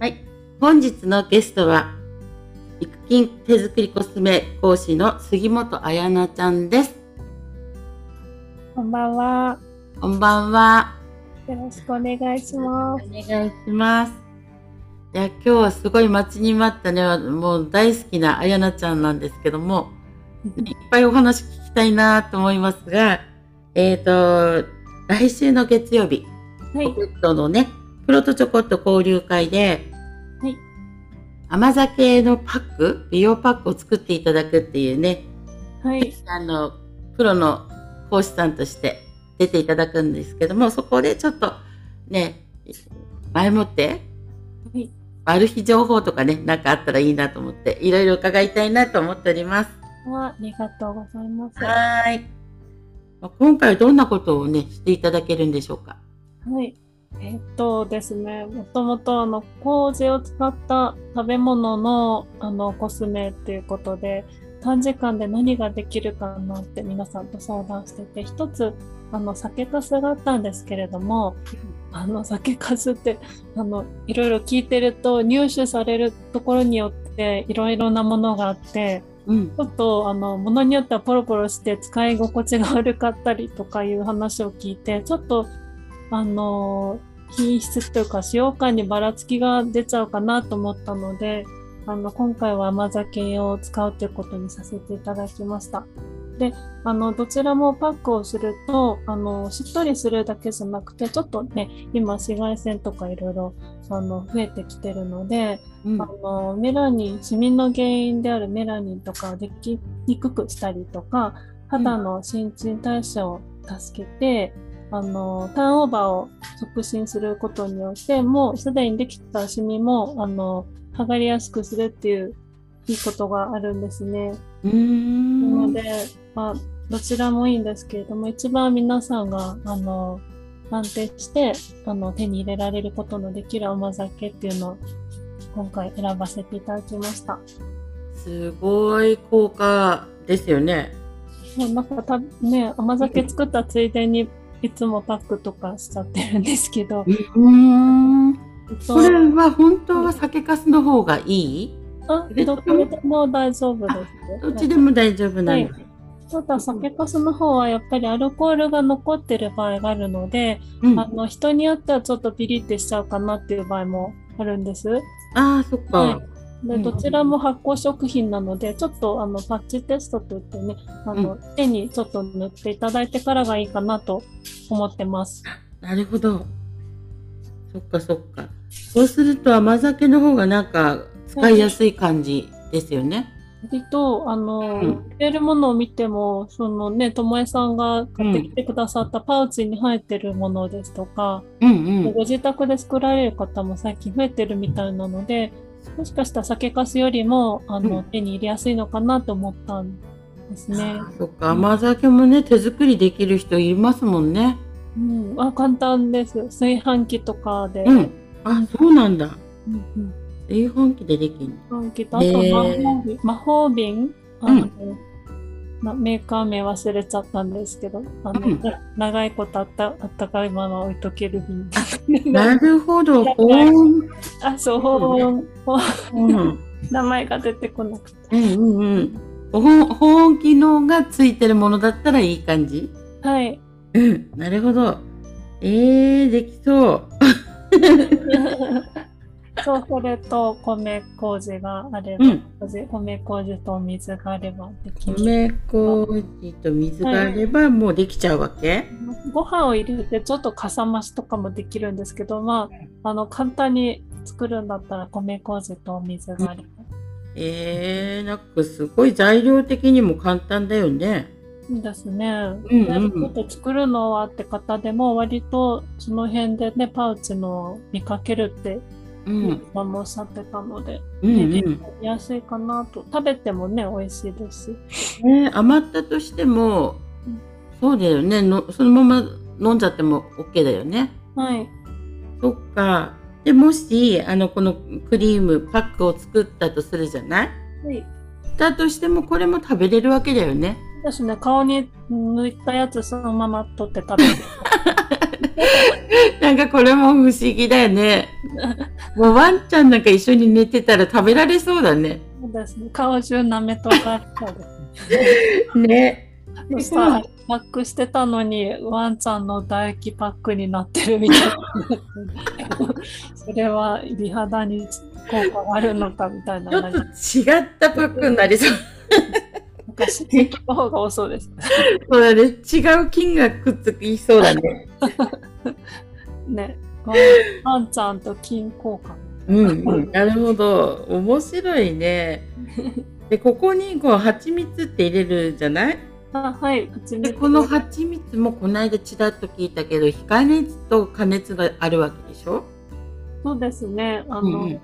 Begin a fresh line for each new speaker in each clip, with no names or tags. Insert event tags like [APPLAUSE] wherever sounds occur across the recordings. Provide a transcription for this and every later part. はい。本日のゲストは、育金手作りコスメ講師の杉本彩菜ちゃんです。
こんばんは。
こんばんは。
よろしくお願いします。
お願いします。いや、今日はすごい待ちに待ったね、もう大好きな彩菜ちゃんなんですけども、いっぱいお話聞きたいなと思いますが、えっ、と、来週の月曜日、
は
チョコレートのね、プロとチョコっと交流会で、
はい
甘酒のパック、美容パックを作っていただくっていうね、
い。はい。
あの、プロの講師さんとして出ていただくんですけども、そこでちょっとね、前もって、
はい
マル秘情報とかね、なんかあったらいいなと思って、いろいろ伺いたいなと思っております。
ありがとうございます。は
はーい。まあ今回はどんなことをね、していただけるんでしょうか。
い。えっとですね、もともとあの、麹を使った食べ物のあの、コスメっていうことで、短時間で何ができるかなって皆さんと相談してて、一つ、あの、酒粕があったんですけれども、あの、酒粕って、あの、いろいろ聞いてると、入手されるところによって、いろいろなものがあって、
うん
ち。ょっとあの物によってはポロポロして使い心地が悪かったりとかいう話を聞いてちょっとあの品質というか使用感にばらつきが出ちゃうかなと思ったのであの今回は甘酒を使うということにさせていただきました。であのどちらもパックをするとあのしっとりするだけじゃなくてちょっとね今紫外線とかいろいろあの増えてきてるので
うん
あのメラニンシミの原因であるメラニンとかをできにくくしたりとか肌の新陳代謝を助けて、あのターンオーバーを促進することによってもうすでにできたシミもあの剥がれやすくするっていういいことがあるんですね。
うー
なんので、まあ、どちらもいいんですけれども一番皆さんがあの安定してあの手に入れられることのできる甘酒っていうのを今回選ばせていただきました。
すごい効果ですよね。
もうなんかたね甘酒作ったついでにいつもパックとかしちゃってるんですけど、
うん。こ
そ
れ
う
は本当は酒粕の方がいい？
あどっちでも大丈夫ですね。
どっちでも大丈夫なの。
ただ酒粕の方はやっぱりアルコールが残ってる場合があるので、
うん。
あ
あ
の人によってはちょっとピリってしちゃうかなっていう場合もあるんです。
あー、そっか
は。
う
で
ん
どちらも発酵食品なのでちょっとあのパッチテストといってねあの、
う
手にちょっと塗っていただいてからがいいかなと思ってます。
なるほど。そっかそっか。そうすると甘酒の方がなんか使いやすい感じですよね。
割とあの、
うん
売ってるものを見てもそのねともえさんが買ってきてくださったパウチに入ってるものですとか、
うんうん。
ご自宅で作られる方も最近増えてるみたいなのでもしかしたら酒粕よりもあの、
うん
手に入れやすいのかなと思ったんですね。
そっか甘酒もね手作りできる人いますもんね。
うん、あ簡単です炊飯器とかで、
うん。あそうなんだ。
うんうん
炊飯器でできる。
炊飯器とあと魔法瓶、魔法瓶あの、なメーカー名忘れちゃったんですけどあの、
うん
長いことあったあったかいまま置いとける瓶
なるほど。保温。
[LAUGHS] あそう保温、保温
うん。
[LAUGHS] 名前が出てこなくて
うんうんうん。保温保温機能がついてるものだったらいい感じ。
はい
うん、なるほど。えー、できそう。
そうすると米麹があれば、
うん。
麹米�麹とお水があればできます。
米麹と水があればもうできちゃうわけ。
ご飯を入れてちょっとかさ増しとかもできるんですけど、まあ、あの簡単に作るんだったら米麹とお水があれば。
えー、なんかすごい材料的にも簡単だよね。
いいですね。
うん
でちょっと作るのはって方でも割とその辺でねパウチの見かけるって
うん。
ママもおっしゃってたので、
うん
ね
うん。
やりやすいかなと食べてもね美味しいですし
ね、余ったとしても
うん、
そうだよね。のそのまま飲んじゃっても OK だよね。
はい
そっか。でもしあのこのクリームパックを作ったとするじゃない
はい
だとしてもこれも食べれるわけだよね。
ですね、顔に塗ったやつそのまま取って食べる。
なんかこれも不思議だよね。もうワンちゃんなんか一緒に寝てたら食べられそうだね。
そうですね。顔中舐めとかれそうです
ね。
そ
[LAUGHS]
したらパックしてたのにワンちゃんの唾液パックになってるみたいなそれは美肌に効果があるのかみたいな
ちょっと違ったパックになりそう。
なんか刺激の方が多そうです
そうだね。違う菌がくっつきそうだね。
ね
[LAUGHS]
ワンワンちゃんと金交換
うん、うん、なるほど。面白いね。で、ここにこう蜂蜜って入れるじゃない
あはい初め
で
て
この蜂蜜もこの間ちらっと聞いたけど非加熱と加熱があるわけでしょ
そうですねあの、
うんうん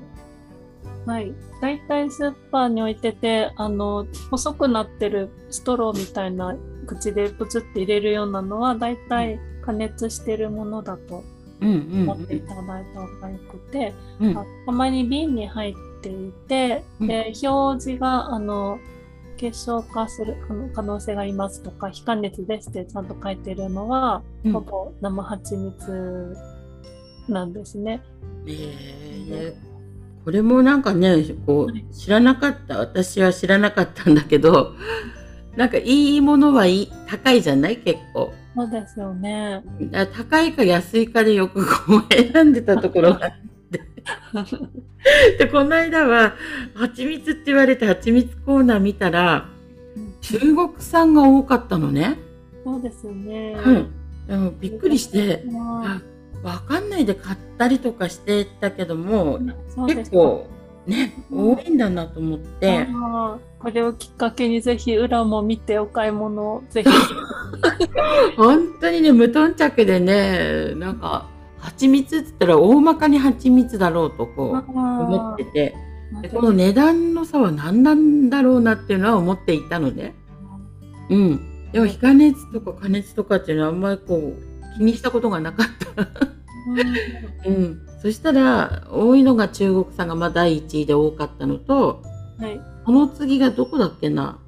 はい大体スーパーに置いててあの細くなってるストローみたいな口でプツって入れるようなのは大体加熱してるものだと
うんうん
持っていただいた方がよくて、
うんうん
あたまに瓶に入っていて、
うん
で表示があの結晶化する可能可能性がありますとか非加熱ですってちゃんと書いてるのは、
うん
ほぼ生蜂蜜なんですね。
ねえこれもなんかねこ
はいう
知らなかった私は知らなかったんだけ
[LAUGHS]
どなんかいいものはいい高いじゃない結構
そうですよね。
[LAUGHS] だから高いか安いかでよくこう選んでたところがあ
[LAUGHS]
ってでこの間は蜂蜜って言われて蜂蜜コーナー見たら中国産が多かったのね。
そうですよね。
うん、でもびっくりして
まあ
あわかんないで買ったりとかしてたけども
そうです
結構ね
うん
多いんだなと思って
あーこれをきっかけにぜひ裏も見てお買い物をぜひ
本当にね無頓着でねなんか蜂蜜って言ったら大まかに蜂蜜だろうとこう思
思
っててでこの値段の差は何なんだろうなっていうのは思っていたので、うん、でも非加熱とか加熱とかっていうのはあんまりこう気にしたことがなかった。うん、そしたら多いのが中国産がまあ第1位で多かったのと
はい。
その次がどこだっけな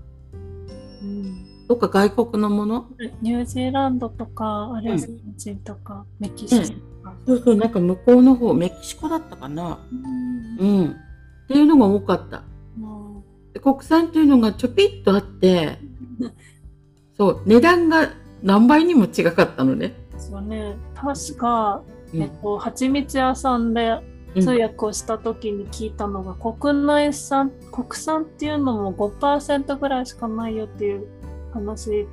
うん
どっか外国のもの
ニュージーランドとか、アルゼンチンとか、メキシコとか。
そうそうなんか向こうの方メキシコだったかな
うん
うんっていうのが多かった
も
で国産っていうのがちょぴっとあってそう値段が何倍にも違かったのね、
うそうね、確か、
うん
えっと、蜂蜜屋さんで
うん
通訳をした時に聞いたのが、国内産、国産っていうのも5%ぐらいしかないよっていう話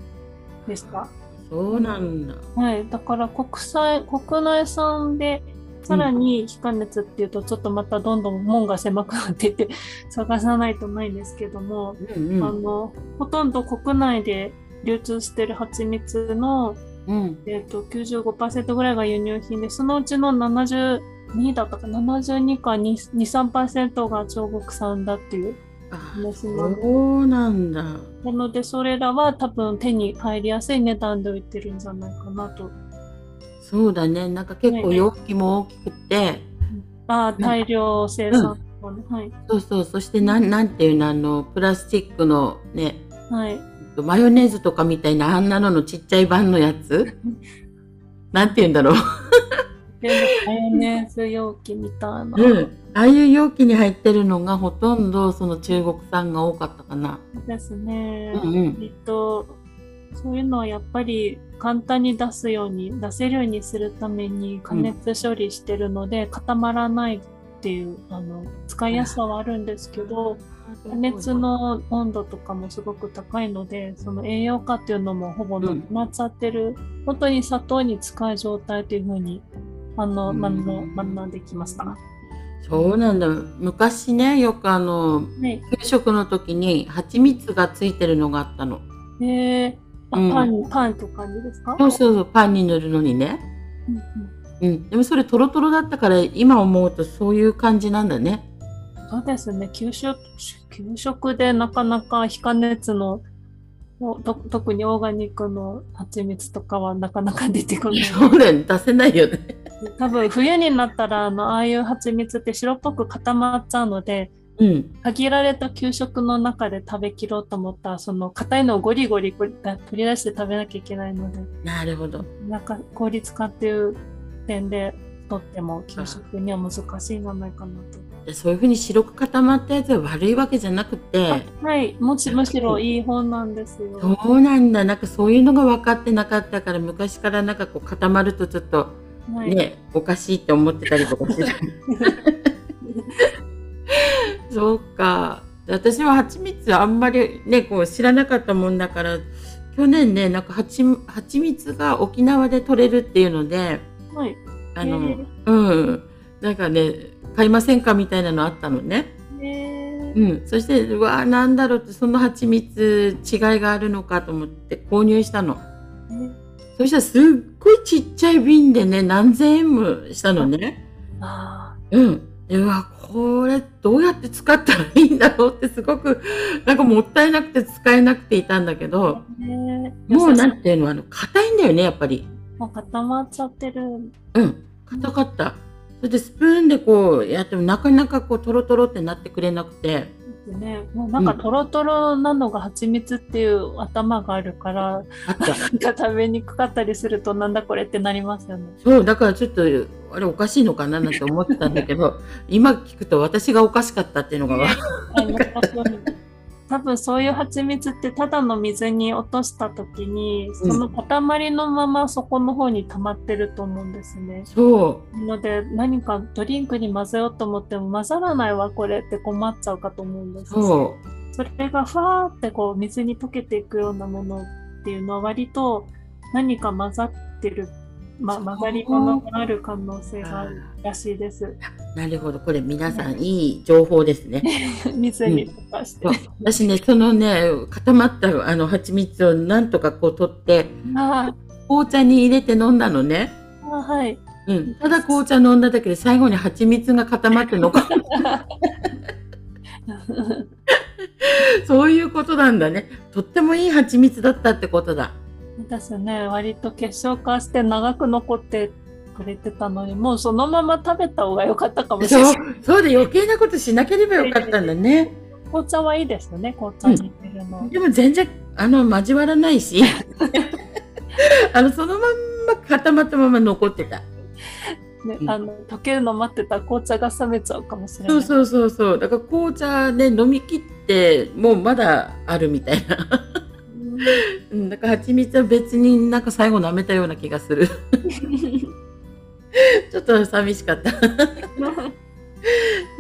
でした。
そうなんだ
はい、だから国際、国内産で、さらに非加熱っていうと、ちょっとまたどんどん門が狭くなっていて、 [LAUGHS] 探さないとないんですけども、
うんう
あ
ん
のほとんど国内で流通してる蜂蜜の、
うん
えー、と95%ぐらいが輸入品でそのうちの72だったか72か23%が中国産だっていう
あ
話なんで
そうなんだ
なのでそれらは多分手に入りやすい値段で売ってるんじゃないかなと
そうだねなんか結構
ね
容器も大きくて
あー
うん
大量生産とかね、はい
そうそう、そしてなん、なんていうの、あの、プラスチックのね、
はい
マヨネーズとかみたいな、あんなののちっちゃい版のや [LAUGHS] つ。なんていうんだろう。
でもマヨネーズ容器みたいな、
うん。ああいう容器に入ってるのがほとんどその中国産が多かったかな。
ですね、
うんうん。
えっと、そういうのはやっぱり簡単に出すように出せるようにするために加熱処理してるので、固まらないっていうあの使いやすさはあるんですけど加熱。の温度とかもすごく高いのでその栄養価っていうのもほぼなくなっちゃってる、本当に砂糖に近い状態というふうにあの
うん
学ん学んできました。は
そうなんだ。昔ね、よくあの、
い、
給食の時に蜂蜜がついてるのがあったの。
で、あ
うん
パンにパンとかにですか？
そうそうそう、パンに塗るのにね。
うんうん
うん。でもそれトロトロだったから、今思うとそういう感じなんだね。
そうですね給食給食でなかなか非加熱のおと特にオーガニックの蜂蜜とかはなかなか出てこない
そうだよね。出せないよね。
多分冬になったらあのああいう蜂蜜って白っぽく固まっちゃうので
うん。
限られた給食の中で食べきろうと思ったらその硬いのをゴリゴリゴリ取り出して食べなきゃいけないので
なるほど。
なんか効率化っていう点でとっても給食には難しいんじゃないかなと。
でそういうふうに白く固まったやつは悪いわけじゃなくて
あはい、もしむしろいい本なんですよ。
そうなんだなんかそういうのが分かってなかったから昔からなんかこう固まるとちょっと
はい、
ねおかしいって思ってたりとか
[LAUGHS]
してたそうか私は蜂蜜あんまりねこう知らなかったもんだから去年ねなんか蜂蜂蜜が沖縄で取れるっていうので
はい、
あの、
へえ
うんなんかね買いませんかみたいなのあったのね。
ね
うん、そしてうわーなんだろうってその蜂蜜違いがあるのかと思って購入したのそしたらすっごいちっちゃい瓶でね何千円もしたのね
あ
うんでうわこれどうやって使ったらいいんだろうってすごく [LAUGHS] なんかもったいなくて使えなくていたんだけ
あ
ど、
ね
もうな
優し
んていうのあの硬いんだよねやっぱり
いもう固まっちゃってる。
うん硬かったそれでスプーンでこうやってもなかなかこうトロトロってなってくれなくて
ね、もうなんか
うん
トロトロなのが蜂蜜っていう頭があるから、
あった
なんか食べにくかったりするとなんだこれってなりま
[LAUGHS]
すよね。
そう、だからちょっと、あれおかしいのかななんて思ってたんだけど、 [LAUGHS] 今聞くと私がおかしかったっていうのがわかる。
あの本当に多分そういう蜂蜜ってただの水に落とした時にその塊のままそこの方に溜まってると思うんですね。
そ
なので何かドリンクに混ぜようと思っても混ざらないわこれって困っちゃうかと思うんで
う、
すよ
そ
それがふわーってこう水に溶けていくようなものっていうのは割と何か混ざってる、ま、
そう
混ざり物がある可能性があるらしいです。
う。なるほど。これ皆さんいい情報ですね。
水に溶かして。
そう私ね、そのね、固まったあの蜂蜜をなんとかこう取って、
あ
紅茶に入れて飲んだのね。
ーあーはい。 [LAUGHS]
うん。ただ紅茶飲んだだけで最後に蜂蜜が固まって残る。 [LAUGHS] そういうことなんだね。とってもいい蜂蜜だったってことだ。
ですね割と結晶化して長く残ってくれてたのにもうそのまま食べた方が良かったかもしれ
そ
な
う
い、
そうで余計なことしなければよかったんだね。
紅茶はいいですよね紅茶に入れるの、
でも全然あの交わらないし [LAUGHS] あのそのまんま固まったまま残ってた
ね
うん
あの溶けるの待ってたら紅茶が冷めちゃうかもしれない
そうそうそうそうだから紅茶で飲み切ってもうまだあるみたいな
うん
うんだから蜂蜜は別になんか最後舐めたような気がす
[LAUGHS]
るちょっと寂しかった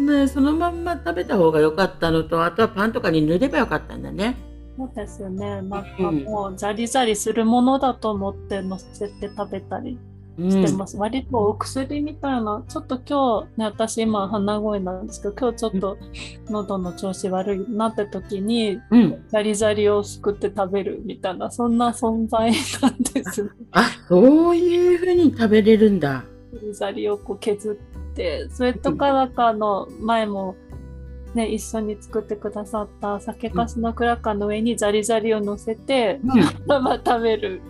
ねそのまんま食べた方が良かったのとあとはパンとかに塗ればよかったんだね
そうですよねなんかもうザリザリするものだと思って乗せて食べたり
うん
してます、割とお薬みたいなちょっと今日ね私今鼻声なんですけど今日ちょっと喉の調子悪いなって時に
うん
ザリザリをすくって食べるみたいなそんな存在なん [LAUGHS] ですね。
あそういうふうに食べれるんだ
ザリザリをこう削ってそれとかなんかあの前も、ね、一緒に作ってくださった酒かすのクラッカーの上にザリザリを乗せて
うん
まあまあ食べる。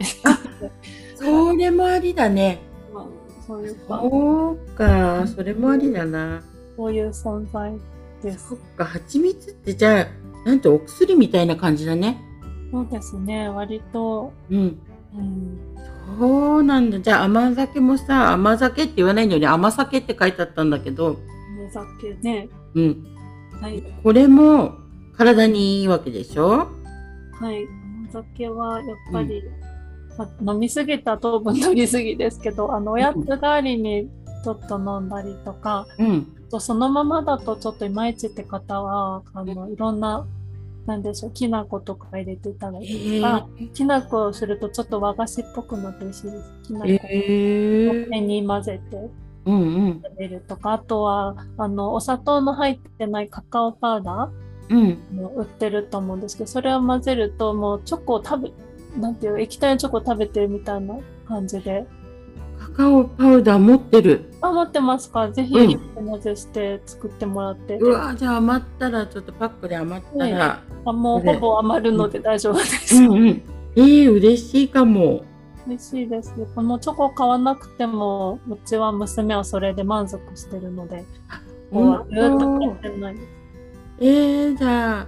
それもありだね
まあそういうか
そうか、それもありだな。
そういう存在です。
そっか、蜂蜜ってじゃあ、なんてお薬みたいな感じだね。
そうですね、割と、
うん。
うん、
そうなんだ。じゃあ甘酒もさ、甘酒って言わないんだよね。甘酒って書いてあったんだけど、
お酒ね、
うん。
はい、
これも体にいいわけでしょ
はい、お酒はやっぱり、まあ飲みすぎた糖分取りすぎですけど、あのおやつ代わりにちょっと飲んだりとか、
うん。
あとそのままだとちょっといまいちって方は、あのいろんな、なんでしょう、きな粉とか入れていただいて、
へえ。
あきな粉をするとちょっと和菓子っぽくなって美味しいです。きな粉を
へえ。
手に混ぜて
うんうん。
食べるとか、あとはあのお砂糖の入ってないカカオパウダー、
うん。
もう売ってると思うんですけどそれを混ぜるともうチョコを食べなんていう液体のチョコを食べてるみたいな感じで
カカオパウダー持ってる。
あ持ってますかぜひ
うん
混ぜして作ってもらって、
うわじゃあ余ったら、ちょっとパックで余ったら。
あもうほぼ余るので大丈夫です、
うんうん。ええ嬉しいかも。
美味しいですこのチョコ買わなくてもうちは娘はそれで満足してるのでもうずっと買ってない、
えー、じゃあ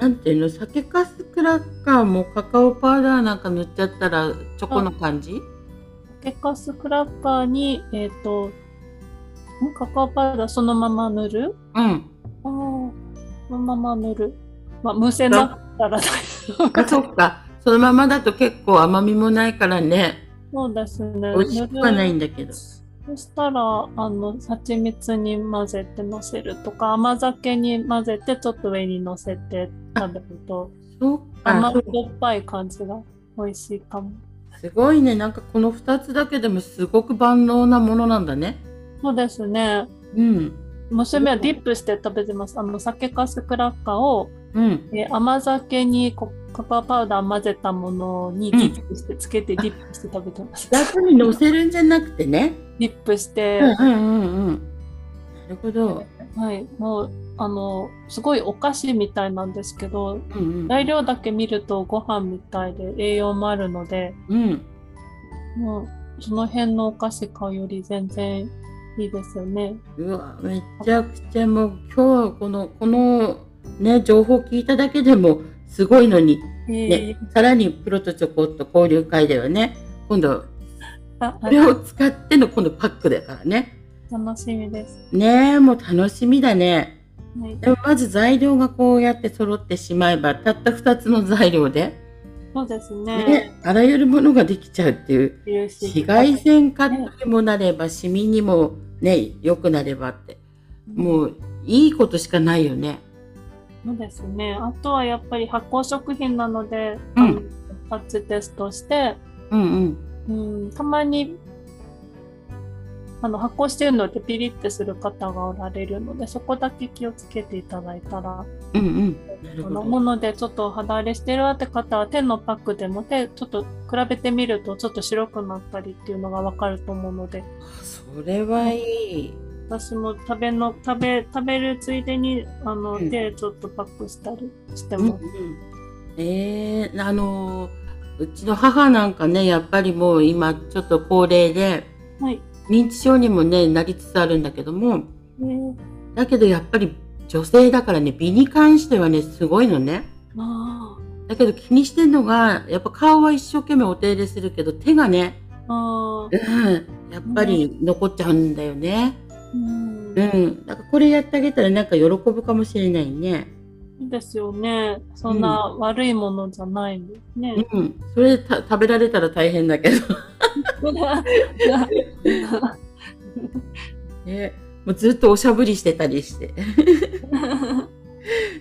なんていうの酒かすクラッカーもカカオパウダーなんか塗っちゃったらチョコの感じ
酒かすクラッカーに、えー、とんカカオパウダーそのまま塗る
うん。
ああ、そのまま塗る。まあ、無線だった
[LAUGHS]
ら大丈夫
あ、 [LAUGHS] そっか。そのままだと結構甘みもないからね。
そうですね。
美味しくはない
塗る
んだけど。
そしたら、あの、蜂蜜に混ぜてのせるとか、甘酒に混ぜて、ちょっと上にのせて食べると、
そっ
甘
か
っ。こっぱい感じが美味しいかも。
すごいね。なんかこの2つだけでもすごく万能なものなんだね。
そうですね。
うん。
娘はディップして食べてます。あの、酒かすクラッカーを、
うん。
えー甘酒にこカカオパウダー混ぜたものにディップしてつけてディップして食べてます。
中に乗せるんじゃなくてね。
ディップして、
うんうんうんうん。なるほど。
はい、もうあのすごいお菓子みたいなんですけど
うんうん。
材料だけ見るとご飯みたいで栄養もあるので
うん。
もうその辺のお菓子買うより全然いいですよね。
うわ、めちゃくちゃもう今日はこの、このね、情報聞いただけでもすごいのに、
え
ね
ー、
さらにプロとチョコと交流会ではね、今度、
あ
これを使っての今度パックだからね。
楽しみです。
ねえ、もう楽しみだね。
はい、
でもまず材料がこうやって揃ってしまえば、たった2つの材料で、
そうですね。
ね、あらゆるものができちゃうっていう。紫外線カットにもなれば、シミにもね、良くなればって、も
う
ういいことしかないよね。
そうですね。あとはやっぱり発酵食品なので、
うん
あのタッチテストして、
うんうん。
うん、たまにあの発酵してるのでピリッてする方がおられるのでそこだけ気をつけていただいたら
うんうん。なる
こ
ほ
の
ど。
ものでちょっと肌荒れしてるわって方は手のパックでも手ちょっと比べてみるとちょっと白くなったりっていうのがわかると思うので
それはいい。
私も食べの食べ食べるついでにあの、
うん
手ちょっとパックしたりして
うんう
も、
ん、えー、あのーうちの母なんかね、やっぱりもう今ちょっと高齢で、
はい、
認知症にもね、なりつつあるんだけども、
ね
だけどやっぱり女性だからね、美に関してはね、すごいのね。
あー
だけど気にしてんのが、やっぱ顔は一生懸命お手入れするけど、手がね、
あー
うん、やっぱり残っちゃうんだよね。
うん
う
い
ん。だからこれやってあげたらなんか喜ぶかもしれないね。
いですよねそんな悪いものじゃないんですね。
うん。それた食べられたら大変だけど。ね。もうずっとおしゃぶりしてたりして。 [LAUGHS]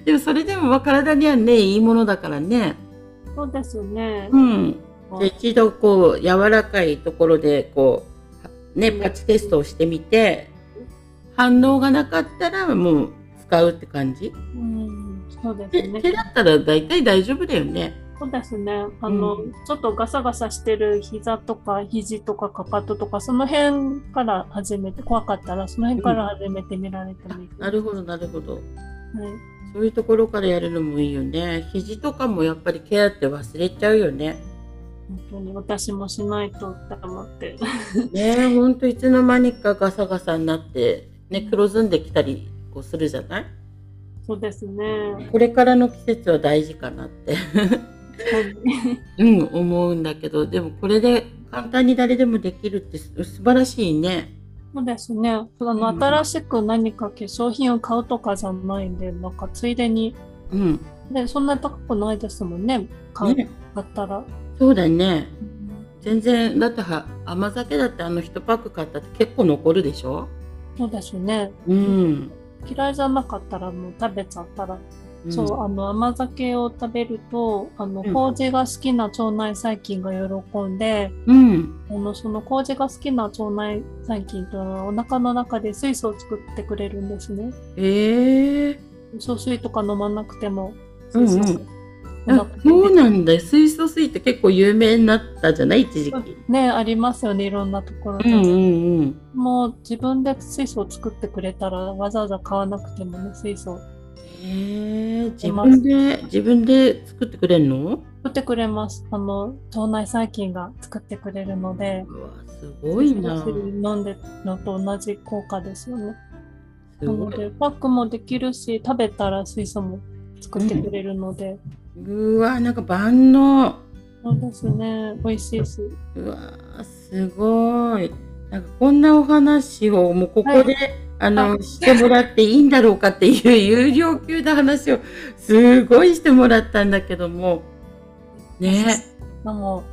でもそれでもまあ体にはね、いいものだからね。
[LAUGHS] そうですね。
うん。で一度こう、柔らかいところでこう、ね、パチテストをしてみて、反応がなかったらもう使うって感じ。
うん、そうで
手
すね。
手だったら大体大丈夫だよね。
そうですね。あの、
うん
ちょっとガサガサしてる膝とか肘とかかかととか、その辺から始めて、怖かったらその辺から始めてみられてもいい、
なるほどなるほど。
ど。はい。
そういうところからやるのもいいよね。肘とかもやっぱりケアって忘れちゃうよね。
本当に私もしないとって思って。
ねえ、ほんといつの間にかガサガサになって、ね、黒ずんできたりこうするじゃない
そうですね。
これからの季節は大事かなって、 [LAUGHS] うん、思うんだけど、でもこれで簡単に誰でもできるってす素晴らしいね。
そうですね。あの、
うん
新しく何か化粧品を買うとかじゃないんで、なんかついでに。
うん。
で、そんな高くないですもんね。買う、
ね、
買ったら。
そうだね。
うん
全然、だっては甘酒だってあの1パック買ったって結構残るでしょ
そうですね。
うん。
嫌いじゃなかったらもう食べちゃったら、
うん
そうあの甘酒を食べるとあの
うん
麹が好きな腸内細菌が喜んで、
うん。
あのその麹が好きな腸内細菌というのはお腹の中で水素を作ってくれるんですね。
ええ
そう水とか飲まなくても
うんうん
水素お
あ
腹に
そうなんだよ水素水って結構有名になったじゃない一時期。
ねありますよねいろんなところ
う
で、
んうんうん。
もう自分で水素を作ってくれたらわざわざ買わなくてもね水素を
へえ自分で自分で作ってくれるの？
作ってくれますあの腸内細菌が作ってくれるので。
うわすごいな。
薬飲んでるのと同じ効果ですよね。
す
な
ご
ので
い。
パックもできるし食べたら水素も作ってくれるので、
うわなんか万能。
そうですね美味しいし
うわすごい。なんかこんなお話をもうここで、あの、してもらっていいんだろうかっていう有料級な話をすごいしてもらったんだけどもね
も
も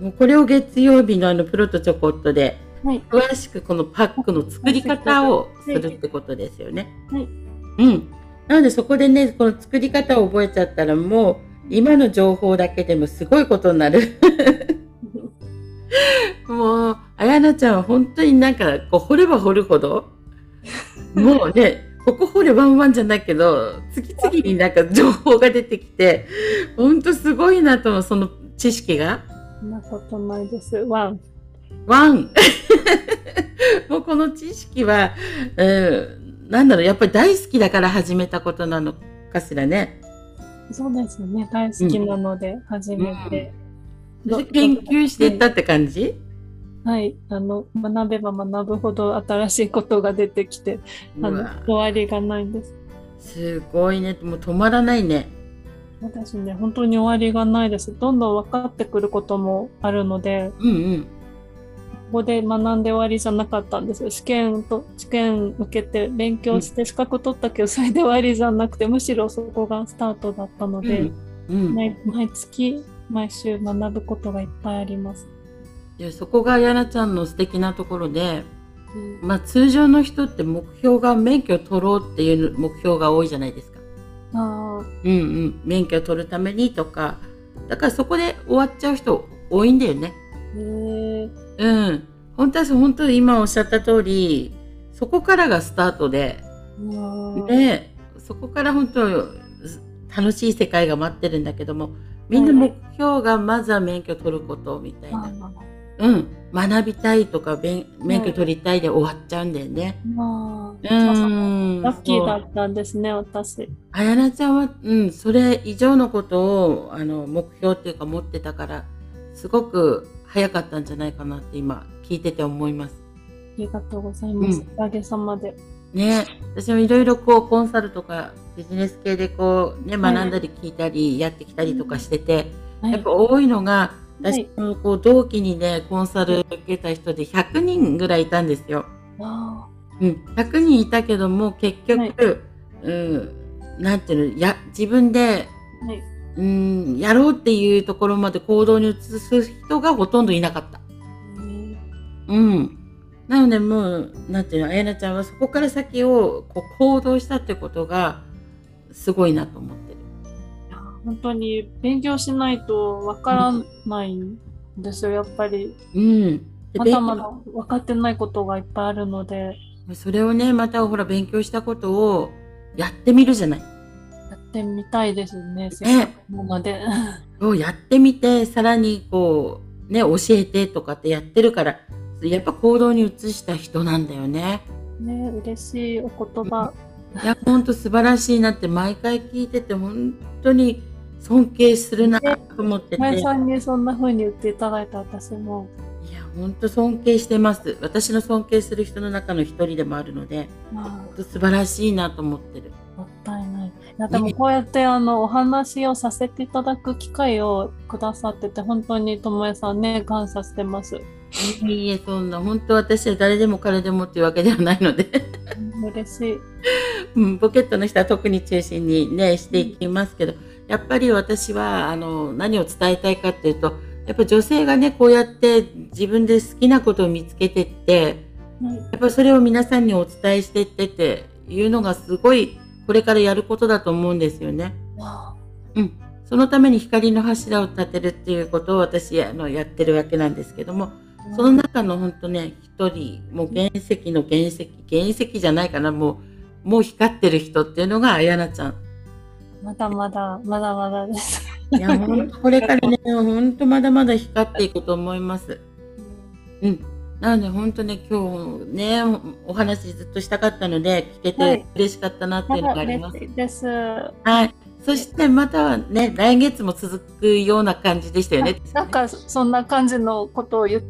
うこれを月曜日のあのプロとチョコットで
う、はい、
詳しくこのパックの作り方をするってことですよね。
はい
うん。なのでそこでね、この作り方を覚えちゃったらもう今の情報だけでもすごいことにな
[LAUGHS]
る。もう、あやなちゃんは本当になんかこう掘れば掘るほ
[LAUGHS]
ど、もうね、ここ掘れワンワンじゃないけど、次々になんか情報が出てきて、本当すごいなと思う、その知識が。
そんなことないです。ワン。
ワン [LAUGHS] もうこの知識は、うん、なんだろうやっぱり大好きだから始めたことなのかしらね。
そうですよね。大好きなので、初めて。
それで研究していったって感じ、
はい。あの、学べば学ぶほど新しいことが出てきて、あ
う
の
わ、
終わりがないんです。
すごいねもう止まらないね。
私ね、本当に終わりがないです。どんどん分かってくることもあるので、
うんうん。
ここで学んで終わりじゃなかったんですよ。試験と、試験受けて勉強して資格取ったけど、それで終わりじゃなくて、むしろそこがスタートだったので、
うんうん、
毎毎月、毎週学ぶことがいっぱいあります。
でそこがやなちゃんの素敵なところで、まあ、通常の人って目標が免許取ろうっていう目標が多いじゃないですか。
あ
うんうん、免許取るためにとかだからそこで終わっちゃう人多いんだよね。
ーへえ
うん、本当はそう本当に今おっしゃった通りそこからがスタートで、
ね、
ね、そこから本当す楽しい世界が待ってるんだけどもみんな目標がまずは免許取ることみたいな、
あー
うん、学びたいとか勉免許取りたいで終わっちゃうんだよね。
ま
う
あ、
ん、
ラッキーだ
そう
ったんですね、私。
あやなちゃんは、うん、それ以上のことをあの目標っていうか持ってたからすごく早かったんじゃないかなって今聞いてて思います。
ありがとうございます。
うん
おかげさまで。
ね、私もいろいろこうコンサルとかビジネス系でこうね
はい
学んだり聞いたりやってきたりとかしてて、
はい
やっぱ多いのが
はい
私のこう同期にねコンサル受けた人で100人ぐらいいたんですよ。
あ
うん、100人いたけども結局、
はい
うん、なんていうのや自分で、
ーはい
うん、やろうっていうところまで行動に移す人がほとんどいなかった。
ね
うん。なのでもう、なんていうの、あやなちゃんはそこから先をこう行動したってことがすごいなと思ってる。
いや本当に勉強しないとわからないんですよ、やっぱり。
うん。で
まだまだ分かってないことがいっぱいあるので、
勉それをね、またほら勉強したことをやってみるじゃない。
やってみたいですね、せっかくなの
[LAUGHS]
で。
をやってみて、さらにこう、ね、教えてとかってやってるから、やっぱ行動に移した人なんだよ [LAUGHS] ね。
ね、嬉しいお言葉。
いや、ほんと素晴らしいなって毎回聞いてて、本当に尊敬するなと思ってて。
前さんにそんな風に言っていただいた私も、
いや、本当尊敬してます。私の尊敬する人の中の一人でもあるので、
まあ
本当素晴らしいなと思ってる。
もったいない。いやでもこうやってあのお話をさせていただく機会をくださってて本当にともえさんね感謝してます。
いえいえ、そんな、本当私は誰でも彼でもっていうわけではないので、 [LAUGHS]
嬉しい。
うんポケットの人は特に中心にね、していきますけど、やっぱり私は、あの、何を伝えたいかっていうと、やっぱ女性がね、こうやって自分で好きなことを見つけてって、
はい
やっぱそれを皆さんにお伝えしてってっていうのがすごい、これからやることだと思うんですよね。
わ
うん、そのために光の柱を立てるっていうことを私あのやってるわけなんですけども
あ
その中の本当ね一人もう原石の原石原石じゃないかなもうもう光ってる人っていうのがあやな
[LAUGHS]
ちゃん。
まだまだ、まだまだです。
いや本当これからね本当まだまだ光っていくと思います。うん、なので本当ね今日ねお話ずっとしたかったので聞け
は
て
い
嬉しかったなって
ま
いうの
だ
がありま
嬉
す。
しいです。
はい、そしてまたはね来月も続くような感じでしたよね。
なんか、そんな感じのことを言っ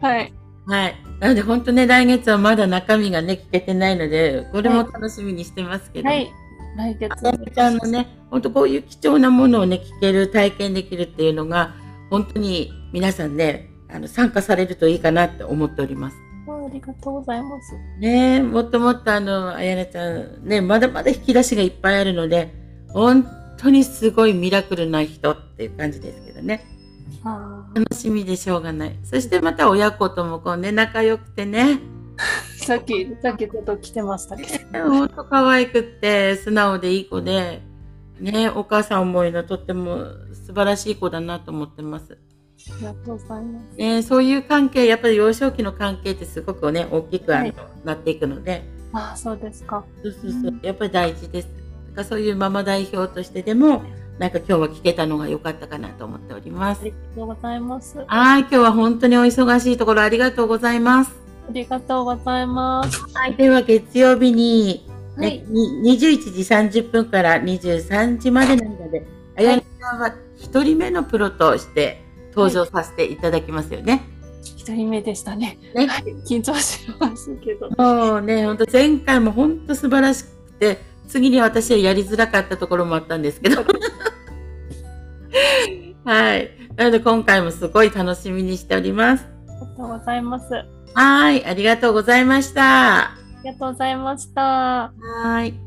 はい。
はい。なので本当ね、来月はまだ中身がね、聞けてないので、これも楽しみにしてますけど、
はい。来月
あやめちゃんのね、本当こういう貴重なものをね、聞ける、体験できるっていうのが、本当に皆さんね、あの参加されるといいかなって思っております。
ありがとうございます。
ねえもっともっとあのあやなちゃんねまだまだ引き出しがいっぱいあるので本当にすごいミラクルな人っていう感じですけどね
あー
楽しみでしょうがないそしてまた親子ともこうね仲良くてね
さっき、さっきちょっと来てましたけど。
本当可愛くって素直でいい子でねお母さん思いのとっても素晴らしい子だなと思ってます。
ありがとうございます。
ね、そういう関係やっぱり幼少期の関係ってすごくね大きくあの、
はい
なっていくので。
ああ、そうですか。
そうそうそうう、やっぱり大事です。だからそういうママ代表としてでも、なんか今日は聞けたのが良かったかなと思っております
あ。りがとうございます。あ
はい、今日は本当にお忙しいところありがとうございます。
りがとうございます。
はい、では月曜日に、
は
ね
い。
に21時30分から23時までの間で、あやねさんは一人目のプロとして登場させていただきますよね。
一人目でしたね。
ね
はい。緊張しますけど。
もうね、本当前回も本当素晴らしくて、次に私はやりづらかったところもあったんですけ [LAUGHS] ど。はい。なので今回もすごい楽しみにしております。
ありがとうございます。あ
はい。ありがとうございました。
りがとうございました。
はい。